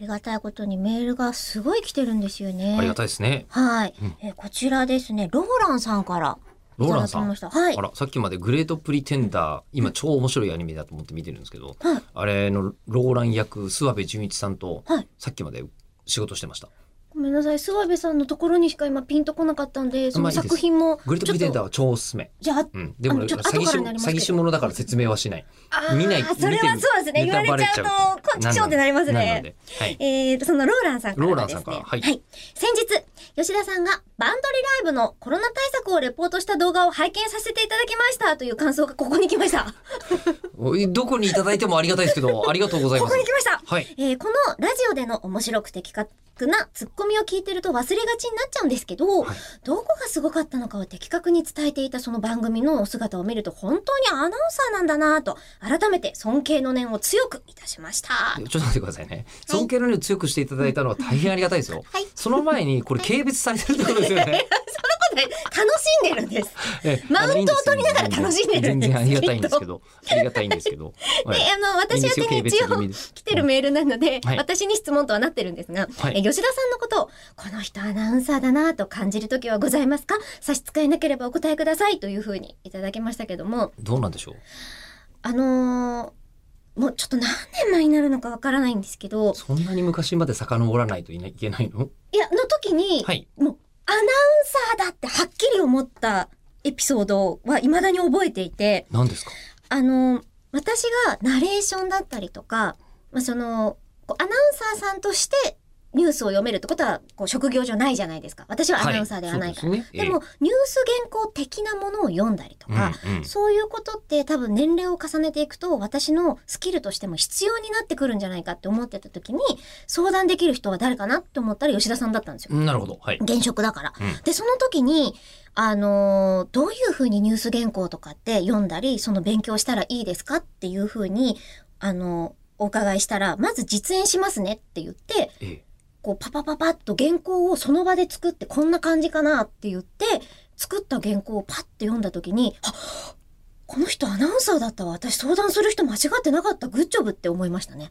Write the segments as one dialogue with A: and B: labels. A: りがたいことにメールがすごい来てるんですよね。
B: ありがたいですね。
A: はい、えーこちらですね、ローランさんから。
B: ローランさ
A: いただき
B: ん。
A: ましたはい
B: あ。ら、さっきまでグレートプリテンダー、今超面白いアニメだと思って見てるんですけど、
A: はい
B: あれのローラン役、諏訪部純一さんと、
A: はい
B: さっきまで仕事してました。
A: ごめんなさい、諏訪部さんのところにしか今ピンとこなかったんで、そ
B: ま
A: の
B: あいいです
A: 作品も。
B: グレートプリテンダーは超おすすめ。
A: じゃあ、
B: うん。でも、
A: あの
B: ね、
A: ちょ
B: 詐
A: っと後か
B: 欺
A: ら
B: 師
A: に
B: も
A: なります
B: 詐
A: けど
B: 欺師ものだから説明はしない。
A: あー
B: 見ない。
A: それは
B: 見て
A: そうですね
B: ネタバレ
A: 言われちゃうとこっちショーってなりますね
B: なので。はい。
A: えーと、そのローランさんからはですね。
B: ローランさんからはい
A: 先日、吉田さんがバンドリライブのコロナ対策をレポートした動画を拝見させていただきましたという感想がここに来ました。こ
B: おいどこにいただいてもありがたいです けど、ありがとうございま
A: こ
B: す
A: に。来ました。
B: はい。
A: えーこのラジオでの面白くて的確なツッコミを聞いてると忘れがちになっちゃうんですけど、
B: はい
A: どこがすごかったのかを的確に伝えていたその番組のお姿を見ると本当にアナウンサーなんだなぁと、改めて尊敬の念を強くいたしました。
B: ちょっと待ってくださいね。尊敬の念を強くしていただいたのは大変ありがたいですよ。
A: はい
B: その前に、これ、軽蔑されてるってことです よね。
A: 楽しんでるんです。
B: ええ
A: マウントを
B: あのいいで
A: 取りな
B: す
A: がら楽しんでるん
B: 全
A: です
B: 然ありがたいんですけど。ありがたいんですけど。はい
A: で、あの、
B: いいん
A: 私
B: で
A: 宛
B: すよ
A: てに一
B: 軽蔑気味
A: 応
B: で
A: 来てるメールなので、
B: はい
A: 私に質問とはなってるんですが、
B: はい
A: え吉田さんのことを、この人アナウンサーだなぁと感じるときはございますか差し支えなければお答えくださいというふうにいただきましたけども、
B: どうなんでしょう。
A: あのーもうちょっと何年前になるのかわからないんですけど、
B: そんなに昔まで遡らないといないけないの
A: いや、の時に、
B: はい。
A: もう、アナウンサーだってはっきり思ったエピソードは未だに覚えていて、
B: 何ですか
A: あの、私がナレーションだったりとか、まあ、その、こうアナウンサーさんとしてニュースを読めるってことは、こう、職業上ないじゃないですか。私はアナウンサーではないから。
B: はいそうですね
A: でも、ニュース原稿的なものを読んだりとか、
B: うんうん
A: そういうことって多分年齢を重ねていくと私のスキルとしても必要になってくるんじゃないかって思ってた時に相談できる人は誰かなって思ったら吉田さんだったんですよ。
B: うんなるほど。はい。
A: 現職だから。
B: うん
A: で、その時に、あのーどういうふうにニュース原稿とかって読んだり、その勉強したらいいですかっていうふうに、あのーお伺いしたら、まず実演しますねって言って、
B: ええ
A: こう、パパパパッと原稿をその場で作って、こんな感じかなって言って、作った原稿をパッて読んだ時に、あこの人アナウンサーだったわ。私相談する人間違ってなかった。グッジョブって思いましたね。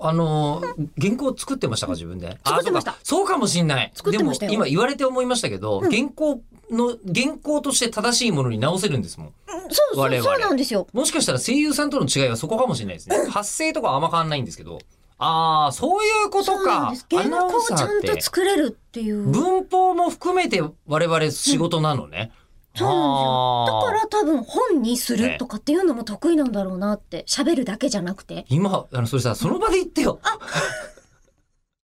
B: あのー原稿作ってましたか自分で。
A: 作ってました
B: あそうかそうかもしんない。
A: 作ってましたよ
B: でも今言われて思いましたけど、
A: うん
B: 原稿の、原稿として正しいものに直せるんですもん。
A: うんそう
B: 我
A: そう、
B: 々
A: そうなんですよ。
B: もしかしたら声優さんとの違いはそこかもしれないですね。発声とかはあんま変わんないんですけど。ああ、そういうこと
A: そうなん
B: か
A: です。。
B: ア
A: 原
B: ナ
A: 稿
B: ウン
A: を
B: サ
A: ちゃ
B: ーっ
A: んと
B: て。
A: 作れるっていう。
B: 文法も含めて我々仕事なの
A: そ
B: ね。
A: うなんですよ。
B: あー
A: だから多分本にするとかっていうのも得意なんだろうなって。喋るだけじゃなくて。
B: 今、あの、それさ、その場で言ってよ。